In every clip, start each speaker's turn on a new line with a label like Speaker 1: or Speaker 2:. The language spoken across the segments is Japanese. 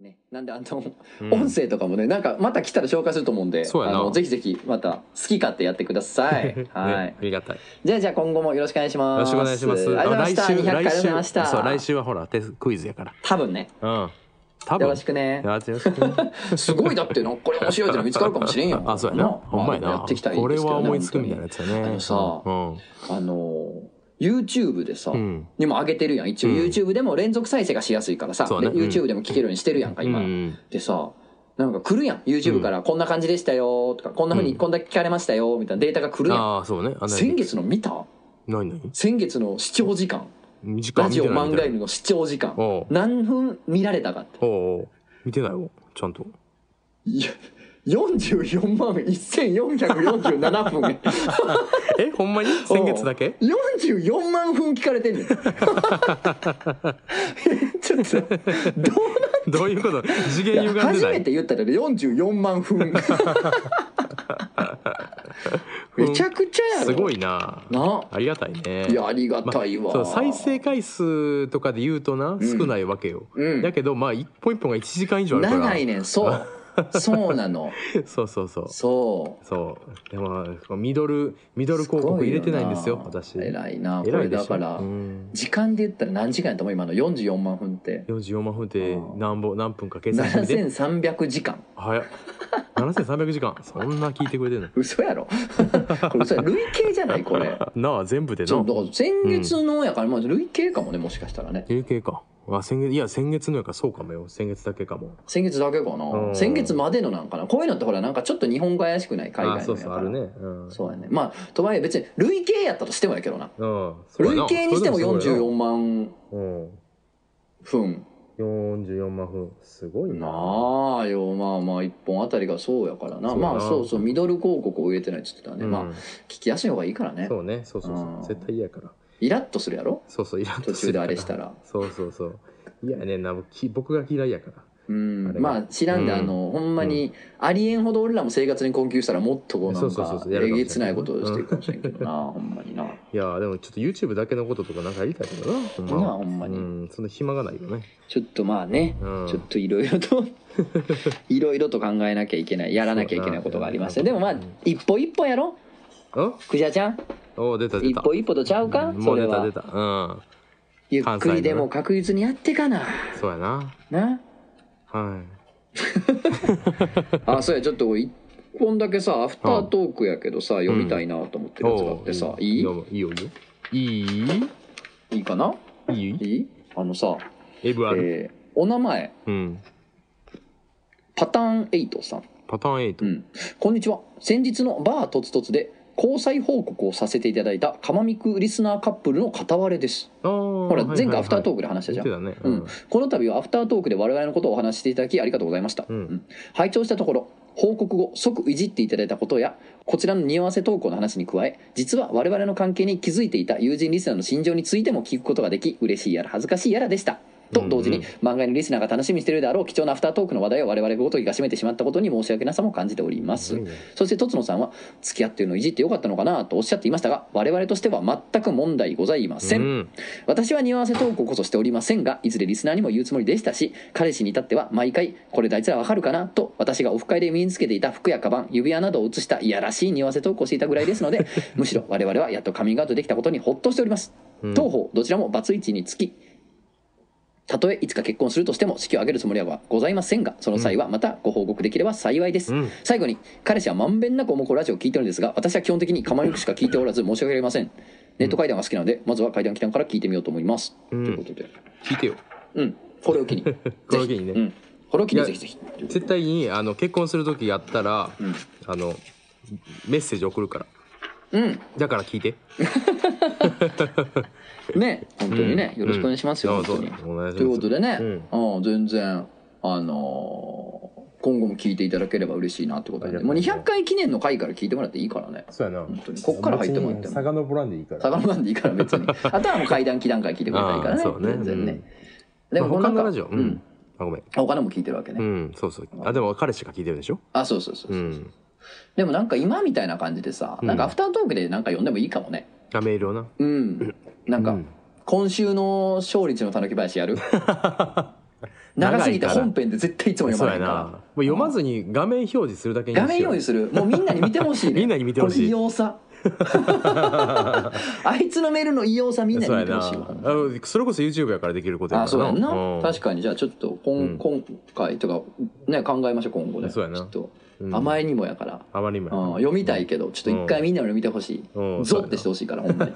Speaker 1: ね、なんであの、音声とかもねなんかまた来たら紹介すると思うんで
Speaker 2: そうや
Speaker 1: あ
Speaker 2: な
Speaker 1: のぜひぜひまた好き勝手やってください、は
Speaker 2: ね
Speaker 1: い、
Speaker 2: ありがたい。よ
Speaker 1: じゃあじゃあ今後もよろしくお願いしま
Speaker 2: ろ
Speaker 1: す
Speaker 2: しくお願いします。
Speaker 1: ありがとうございました200回ありがとうございました
Speaker 2: そう来週はほらテスクイズやから。
Speaker 1: 多分ね
Speaker 2: うん。多分。
Speaker 1: よろしくね
Speaker 2: あよろしくね。
Speaker 1: すごいだってのこれ面白いっての見つかるかもしれんよ
Speaker 2: あそうやな。ほんまやな。
Speaker 1: やっていきたいです
Speaker 2: こ
Speaker 1: けどね
Speaker 2: れは思いつくみたいなやつだね。
Speaker 1: あのさ
Speaker 2: うん。
Speaker 1: あの YouTube でさ、
Speaker 2: うん
Speaker 1: にも上げてるやん一応
Speaker 2: うん
Speaker 1: YouTube でも連続再生がしやすいからさ、
Speaker 2: そうね
Speaker 1: で YouTube でも聴けるようにしてるやんか今、
Speaker 2: うん
Speaker 1: でさなんか来るやん YouTube から「こんな感じでしたよ」とか「こんなふう
Speaker 2: う
Speaker 1: に
Speaker 2: ん
Speaker 1: こんだけ聞かれましたよ」みたいなデータが来るやん、
Speaker 2: ああ、そうね。あ
Speaker 1: 先月の見た
Speaker 2: 何何
Speaker 1: 先月の視聴時間
Speaker 2: 何時間
Speaker 1: ラ
Speaker 2: 見
Speaker 1: ジ
Speaker 2: て
Speaker 1: オ
Speaker 2: ない
Speaker 1: 漫
Speaker 2: みた
Speaker 1: 画
Speaker 2: いな
Speaker 1: 犬の視聴時間
Speaker 2: おう
Speaker 1: 何分見られたかって
Speaker 2: おうおう見てないよ。ちゃんと。
Speaker 1: いや44万1447分や
Speaker 2: え、ほんまに先月だけ
Speaker 1: おう44万分聞かれて んねんちょっとど
Speaker 2: どういうこと次
Speaker 1: う
Speaker 2: 元
Speaker 1: なん
Speaker 2: 歪んでない。
Speaker 1: 初めて言ったら44万 分めちゃくちゃやろ
Speaker 2: すごいな。
Speaker 1: な
Speaker 2: ありがたいね。
Speaker 1: いやありがたいわ、
Speaker 2: そう再生回数とかで言うとな少ないわけよ、
Speaker 1: うん
Speaker 2: だけどまあ一本一本が1時間以上あるから
Speaker 1: 長いねん そうそうなの
Speaker 2: そうそうそう
Speaker 1: そう
Speaker 2: そうでもミドルミドル広告入れてないんですよ
Speaker 1: すごいな
Speaker 2: 私
Speaker 1: 偉いなこ
Speaker 2: 偉
Speaker 1: れ
Speaker 2: いでしょ
Speaker 1: だから、
Speaker 2: うん、
Speaker 1: 時間で言ったら何時間やと思う今の44万分って
Speaker 2: 44万分で
Speaker 1: うん
Speaker 2: 何ぼ何分か計算してみて
Speaker 1: 7300時間
Speaker 2: 早っ7300時間そんな聞いてくれてんの
Speaker 1: 嘘や ろこれ嘘や累計じゃないこれ
Speaker 2: なあ全部で
Speaker 1: そ
Speaker 2: な
Speaker 1: うだから先月のやから、まあ、累計かもねもしかしたらね
Speaker 2: 有形かあ先月いや先月のやからそうかもよ先月だけかも
Speaker 1: 先月だけかな、
Speaker 2: うん
Speaker 1: 先月までのなんかなこういうのってほらなんかちょっと日本語怪しくない海外の
Speaker 2: あ
Speaker 1: やから
Speaker 2: そうそうあるねうん
Speaker 1: そうやねまあとはいえ別に累計やったとしてもやけどな
Speaker 2: うんそうや
Speaker 1: 累
Speaker 2: な
Speaker 1: 計にしても
Speaker 2: それでもすご
Speaker 1: 44
Speaker 2: い
Speaker 1: 万
Speaker 2: なうん
Speaker 1: 分
Speaker 2: 44万分すごい
Speaker 1: な
Speaker 2: な
Speaker 1: あよまあまあ1本あたりがそうやからな
Speaker 2: そうやな
Speaker 1: まあそうそうミドル広告を入れてないっつってたね、
Speaker 2: うん
Speaker 1: まあ聞きやすい方がいいからね
Speaker 2: そうねそうそうそう
Speaker 1: うん
Speaker 2: 絶対嫌やから
Speaker 1: イラッとするやろ
Speaker 2: そうそうイラッ
Speaker 1: 途
Speaker 2: とす
Speaker 1: 中
Speaker 2: る
Speaker 1: で
Speaker 2: から
Speaker 1: あれしたら
Speaker 2: そうそうそう嫌やねんな僕き僕が嫌いやから
Speaker 1: うん
Speaker 2: あれが
Speaker 1: まあ知らんで、
Speaker 2: うん
Speaker 1: あのほんまにありえんほど俺らも生活に困窮したらもっとこうな
Speaker 2: そ
Speaker 1: ん
Speaker 2: うそうそう
Speaker 1: か
Speaker 2: そうやる
Speaker 1: え
Speaker 2: かもしれん
Speaker 1: げつないことをしていくかもしれんけどなほんまにない
Speaker 2: やでもちょっと YouTube だけのこととかなんかやりたいけどなほん
Speaker 1: な
Speaker 2: まは
Speaker 1: ほんま
Speaker 2: う
Speaker 1: に
Speaker 2: んそんな暇がないよね
Speaker 1: ちょっとまあね
Speaker 2: うん
Speaker 1: ちょっといろいろ といろいろと考えなきゃいけないやらなきゃいけないことがありまして
Speaker 2: そう
Speaker 1: で
Speaker 2: やな
Speaker 1: もまあ一歩一歩やろ
Speaker 2: うん
Speaker 1: クジャちゃん
Speaker 2: お出た出
Speaker 1: 一
Speaker 2: た
Speaker 1: 歩一歩とちゃうか
Speaker 2: うんも
Speaker 1: そうれ
Speaker 2: 出た
Speaker 1: は
Speaker 2: 出たうん
Speaker 1: ゆっくりでも確実にやってかな
Speaker 2: そうやな
Speaker 1: な
Speaker 2: は
Speaker 1: あそうやちょっと一本だけさアフタートークやけどさ読みたいなと思っ
Speaker 2: い
Speaker 1: てるやつがあってさ
Speaker 2: おう
Speaker 1: いい
Speaker 2: どうもいいよいいよい
Speaker 1: い
Speaker 2: い
Speaker 1: いかないい
Speaker 2: い
Speaker 1: いあのさ、
Speaker 2: エブあ
Speaker 1: え
Speaker 2: る、
Speaker 1: ーお名前
Speaker 2: うん
Speaker 1: パターン8さん、
Speaker 2: パターンエイト
Speaker 1: うん、こんにちは先日のバーとつとつで交際報告をさせていただいたかまみくリスナーカップルの片割れです
Speaker 2: あほ
Speaker 1: ほら前回アフタートー
Speaker 2: ク
Speaker 1: クで話したじゃん、
Speaker 2: 言ってた
Speaker 1: う
Speaker 2: ね
Speaker 1: ん、この度はアフタートークで我々のことをお話ししていただきありがとうございました、
Speaker 2: うん
Speaker 1: 拝聴したところ報告後即いじっていただいたことやこちらの匂わせ投稿の話に加え実は我々の関係に気づいていた友人リスナーの心情についても聞くことができ嬉しいやら恥ずかしいやらでした
Speaker 2: うんう
Speaker 1: と
Speaker 2: ん
Speaker 1: 同時に漫画のリスナーが楽しみにしているであろう貴重なアフタートークの話題を我々ごときが占めてしまったことに申し訳なさも感じております、
Speaker 2: うん
Speaker 1: そしてとつのさんは付き合っているのをいじってよかったのかなとおっしゃっていましたが我々としては全く問題ございません、
Speaker 2: うん
Speaker 1: 私は匂わせ投稿こそしておりませんがいずれリスナーにも言うつもりでしたし彼氏に至っては毎回これであいつらわかるかなと私がオフ会で身につけていた服やカバン指輪などを写したいやらしい匂わせ投稿をしていたぐらいですの でむしろ我々はやっとカミングアウトできたことにほっとしております、
Speaker 2: うん
Speaker 1: 当方どちらもバツイチにつきたとえいつか結婚するとしても式を挙げるつもりはございませんがその際はまたご報告できれば幸いです、
Speaker 2: うん
Speaker 1: 最後に彼氏はまんべんなくおもこラジオを聞いてるんですが私は基本的にかまよくしか聞いておらず申し訳ありませんネット会談が好きなのでまずは会談期間から聞いてみようと思います、
Speaker 2: うん
Speaker 1: ということで
Speaker 2: 聞いてよ
Speaker 1: うんこれを機に
Speaker 2: これを機に
Speaker 1: ぜ
Speaker 2: ね
Speaker 1: ひうん、これを機
Speaker 2: い
Speaker 1: に
Speaker 2: や
Speaker 1: ぜひぜひ
Speaker 2: 絶対にあの結婚する時やったら、
Speaker 1: うん
Speaker 2: あのメッセージ送るから
Speaker 1: うん
Speaker 2: だから聞いて
Speaker 1: ね本当にね、
Speaker 2: うん
Speaker 1: よろしくお願いしますよ、
Speaker 2: うん
Speaker 1: 本当に
Speaker 2: そうお願いします
Speaker 1: ということでね、
Speaker 2: う
Speaker 1: うん、全然あのー今後も聞いていただければ嬉しいなってことなん
Speaker 2: あ
Speaker 1: で
Speaker 2: り
Speaker 1: も
Speaker 2: が
Speaker 1: う
Speaker 2: とうね
Speaker 1: 200回記念の回から聞いてもらっていいから ね
Speaker 2: そうやな
Speaker 1: 本当にこっから入ってもらっても
Speaker 2: ぼらんでいいか
Speaker 1: 下がらんでいいから別にあとはもう階段期段階聞いてくれたらいいからね
Speaker 2: あーそうね
Speaker 1: 全然ね、
Speaker 2: でも
Speaker 1: こ
Speaker 2: 他
Speaker 1: なんか
Speaker 2: のラジオう、
Speaker 1: うんん、
Speaker 2: あごめん
Speaker 1: お金も聞いてるわけね、
Speaker 2: うんそうそうあでも彼氏が聞いてるでしょ
Speaker 1: あそうそうそう
Speaker 2: う
Speaker 1: そう、
Speaker 2: ん
Speaker 1: でもなんか今みたいな感じでさ、
Speaker 2: うん
Speaker 1: なんかアフタートークでなんか読んでもいいかもね
Speaker 2: あメールをな
Speaker 1: うんなんか、
Speaker 2: うん
Speaker 1: 今週の勝率のたぬき林やる長すぎて
Speaker 2: 長いから
Speaker 1: 本編で絶対いつも
Speaker 2: そう
Speaker 1: 読ま
Speaker 2: や
Speaker 1: ない
Speaker 2: な
Speaker 1: か
Speaker 2: もう読まずに画面表示するだけ
Speaker 1: ら
Speaker 2: にしよ
Speaker 1: 画
Speaker 2: う
Speaker 1: 面用意するもうみんなに見てほしい、ね、
Speaker 2: みんなに見てほしい
Speaker 1: これ異様 さあいつのメールの異様さみんなに
Speaker 2: そうや
Speaker 1: 見て
Speaker 2: な
Speaker 1: ほしいわ
Speaker 2: あそれこそ YouTube やからできることや
Speaker 1: あ
Speaker 2: か
Speaker 1: そう
Speaker 2: ら
Speaker 1: やんな、
Speaker 2: ん
Speaker 1: 確かにじゃあちょっとこん、
Speaker 2: うん
Speaker 1: 今回とかね考えましょう今後ね
Speaker 2: そうやな
Speaker 1: ちょっと
Speaker 2: うん
Speaker 1: あまりにもやから、
Speaker 2: あまりにもや
Speaker 1: うん読みたいけどちょっと一回みんなに見てほしい、
Speaker 2: うんうん
Speaker 1: ゾってしてほしいからほんまに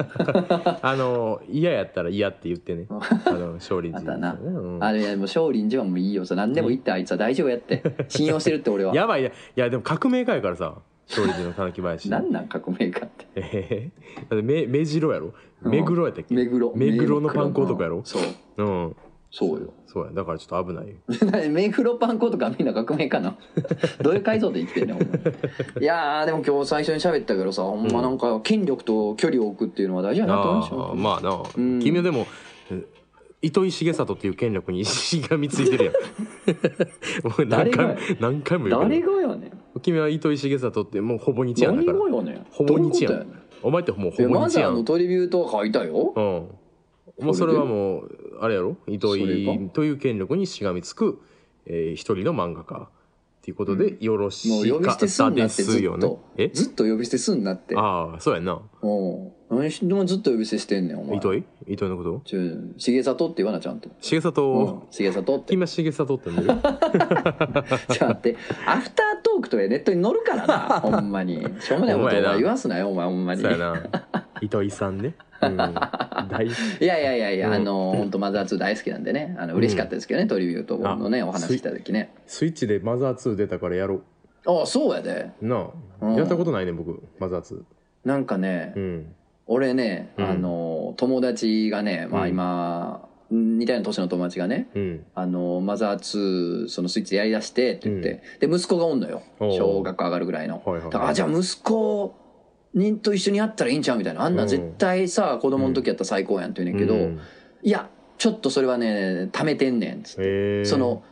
Speaker 2: あの嫌やったら嫌って言っ てね。あの勝利
Speaker 1: あったな
Speaker 2: うん
Speaker 1: あれもう少林寺はもういいよさ何でも言ってあいつは大丈夫や って信用してるって俺は
Speaker 2: やばいね。いやでも革命家やからさ。勝利寺の狸林。
Speaker 1: 何なん革命家って
Speaker 2: ええだってめ目白やろ。
Speaker 1: うん
Speaker 2: 目黒やったっけ。
Speaker 1: 目黒
Speaker 2: 目黒のパン粉とかや
Speaker 1: う
Speaker 2: ろ
Speaker 1: ん。そう
Speaker 2: うん。
Speaker 1: そうよ
Speaker 2: そうや。だからちょっと危ないよ。
Speaker 1: 目黒パン粉とかみんな革命家な どういう改造で生きてんねんほんまにい やーでも今日最初に喋ったけどさほんまなんか権力と距離を置くっていうのは大事やなと思う
Speaker 2: あ
Speaker 1: んでしょ
Speaker 2: あまあな。
Speaker 1: ん
Speaker 2: 君はでもえ糸井重里っていう権力に 石がみついてるやん。 もう何
Speaker 1: 誰が
Speaker 2: 回も何回も言う
Speaker 1: 誰
Speaker 2: け
Speaker 1: がよね
Speaker 2: ど。君は糸井重里ってもうほぼ日やん
Speaker 1: 何
Speaker 2: だ
Speaker 1: が
Speaker 2: から。
Speaker 1: よね
Speaker 2: ほぼ日やん
Speaker 1: どういうことね
Speaker 2: お前ってもう
Speaker 1: い
Speaker 2: ほ
Speaker 1: や
Speaker 2: ぼ
Speaker 1: マ
Speaker 2: 日
Speaker 1: ザ
Speaker 2: や
Speaker 1: ー
Speaker 2: ん
Speaker 1: の。トリビュートは書いたよ
Speaker 2: うん、もうそれはもうあれやろ糸
Speaker 1: それ
Speaker 2: 井という権力にしがみつく、えー、一人の漫画家っていうことでよろし
Speaker 1: もう呼び
Speaker 2: か
Speaker 1: 捨てす
Speaker 2: っ
Speaker 1: ん
Speaker 2: た
Speaker 1: なっ
Speaker 2: で
Speaker 1: てず
Speaker 2: す
Speaker 1: っ
Speaker 2: よね
Speaker 1: と
Speaker 2: え
Speaker 1: ずっと呼び捨てすんなって
Speaker 2: ああそうやんな
Speaker 1: おうん何しでもずっと呼び捨てしてんねんお前
Speaker 2: 糸井糸井のこと
Speaker 1: ちょ重里って言わなちゃんと
Speaker 2: 重里
Speaker 1: うん
Speaker 2: を
Speaker 1: 重里って
Speaker 2: 君は重里って呼んで る
Speaker 1: ちょっと待ってアフタートークとかネットに載るから なほんまにしょうもないこと
Speaker 2: お前な
Speaker 1: は言わすなよお前ほんまに
Speaker 2: そうやな糸井さんね、うん、大
Speaker 1: いやいやいやいや、
Speaker 2: うん
Speaker 1: あの本当マザー2大好きなんでねあの嬉しかったですけどね、トリビュートのね
Speaker 2: あ
Speaker 1: お話した時ね
Speaker 2: スイッチでマザー2出たからやろ
Speaker 1: ああそうやで
Speaker 2: うなあ、
Speaker 1: うん
Speaker 2: やったことないね僕マザー2
Speaker 1: なんかね、
Speaker 2: うん
Speaker 1: 俺ね、
Speaker 2: うん
Speaker 1: あの友達がね、ま
Speaker 2: う
Speaker 1: あ、
Speaker 2: ん
Speaker 1: 今、似たような年の友達がね
Speaker 2: うん
Speaker 1: あのマザー2そのスイッチやりだしてって言って、で息子がおんのよ
Speaker 2: おう
Speaker 1: 小学校上がるぐらいの、
Speaker 2: はいはいはい
Speaker 1: だからあじゃあ息子にと一緒にやったらいいんちゃうみたいなあんな絶対さ子供の時やったら最高やんって言うねんけど、
Speaker 2: うん
Speaker 1: いやちょっとそれはね貯めてんねんっつって、
Speaker 2: へえ
Speaker 1: その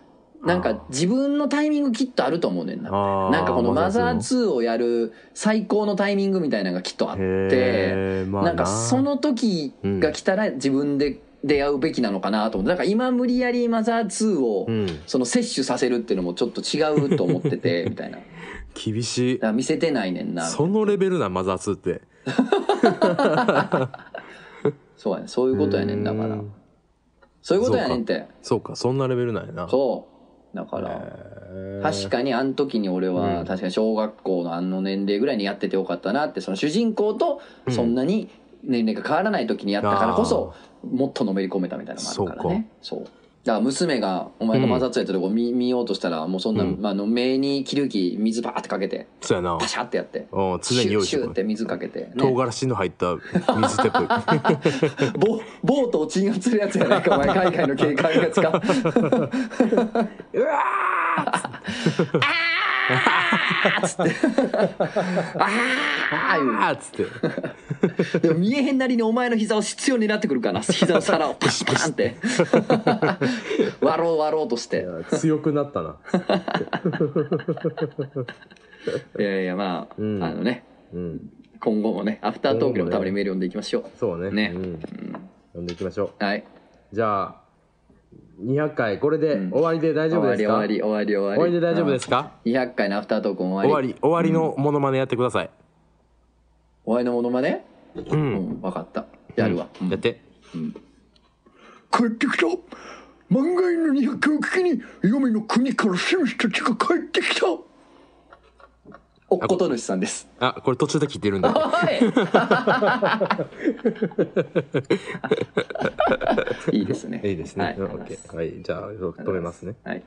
Speaker 1: なんか自分のタイミングきっとあると思うねんな
Speaker 2: あー
Speaker 1: なんかこのマザー
Speaker 2: の
Speaker 1: 2をやる最高のタイミングみたいなのがきっとあって
Speaker 2: へーまあ
Speaker 1: なんかその時が来たら自分で出会うべきなのかなと思ってなんか今無理やりマザー2を
Speaker 2: うん、
Speaker 1: その摂取させるっていうのもちょっと違うと思っててみたいなだか
Speaker 2: 厳しい
Speaker 1: ら見せてないねんな
Speaker 2: そのレベルなマザー2って
Speaker 1: そうやねそういうことやねんだか
Speaker 2: う
Speaker 1: ら
Speaker 2: ん
Speaker 1: そういうことやねんって
Speaker 2: そうかそんなレベルなんやな
Speaker 1: そうだから確かにあの時に俺
Speaker 2: う
Speaker 1: は
Speaker 2: ん
Speaker 1: 確かに小学校のあの年齢ぐらいにやっててよかったなってその主人公とそんなに年齢が変わらない時にやったからこそもっとのめり込めたみたいなのもあるからねそうだから娘がお前がマザつやったとこ見,、見ようとしたらもうそんな、
Speaker 2: うん
Speaker 1: まあ、あの目にキルキ水バーってかけて
Speaker 2: そうやな
Speaker 1: パシャってやって。
Speaker 2: うん常
Speaker 1: シュ
Speaker 2: に用
Speaker 1: ー
Speaker 2: 意し
Speaker 1: シ
Speaker 2: て
Speaker 1: ュー
Speaker 2: く
Speaker 1: って水かけて、
Speaker 2: 唐
Speaker 1: ね、
Speaker 2: 辛子の入った水鉄 砲
Speaker 1: ボ ボートを鎮圧するやつやないかお前海外の警官が使う
Speaker 2: うわー
Speaker 1: ああいう
Speaker 2: あーっつって
Speaker 1: でも見えへんなりにお前の膝を必要になってくるから膝を皿をパシパンって 割ろう割ろうとして
Speaker 2: 強くなったない
Speaker 1: やいやまあ、
Speaker 2: うん
Speaker 1: あのね
Speaker 2: うん
Speaker 1: 今後もねアフタートークでもたまにメール読んでいきましょう、
Speaker 2: そうね
Speaker 1: ね
Speaker 2: うん、呼んでいきましょう
Speaker 1: はい
Speaker 2: じゃあ200回これで
Speaker 1: うん
Speaker 2: 終わりで大
Speaker 1: 終
Speaker 2: 丈夫
Speaker 1: わ
Speaker 2: です
Speaker 1: り終
Speaker 2: か、
Speaker 1: わり終わり終わり
Speaker 2: 終わりで大丈夫ですか
Speaker 1: うん200回のアフタートークも終
Speaker 2: 終
Speaker 1: わ
Speaker 2: わ
Speaker 1: り
Speaker 2: り終わりのモノマネやってください
Speaker 1: 終わりのものまね
Speaker 2: う
Speaker 1: うんん分かったやるわ、うん
Speaker 2: やって
Speaker 1: 帰ってきた漫画犬の200回を聞きに嫁の国から選手たちが帰ってきたおっこと主さんです
Speaker 2: あこれ途中で切ってる んだ
Speaker 1: はい。いいですね。
Speaker 2: いいですね。
Speaker 1: はい
Speaker 2: うんオッケーはい、じゃあ、止めますね。
Speaker 1: はい。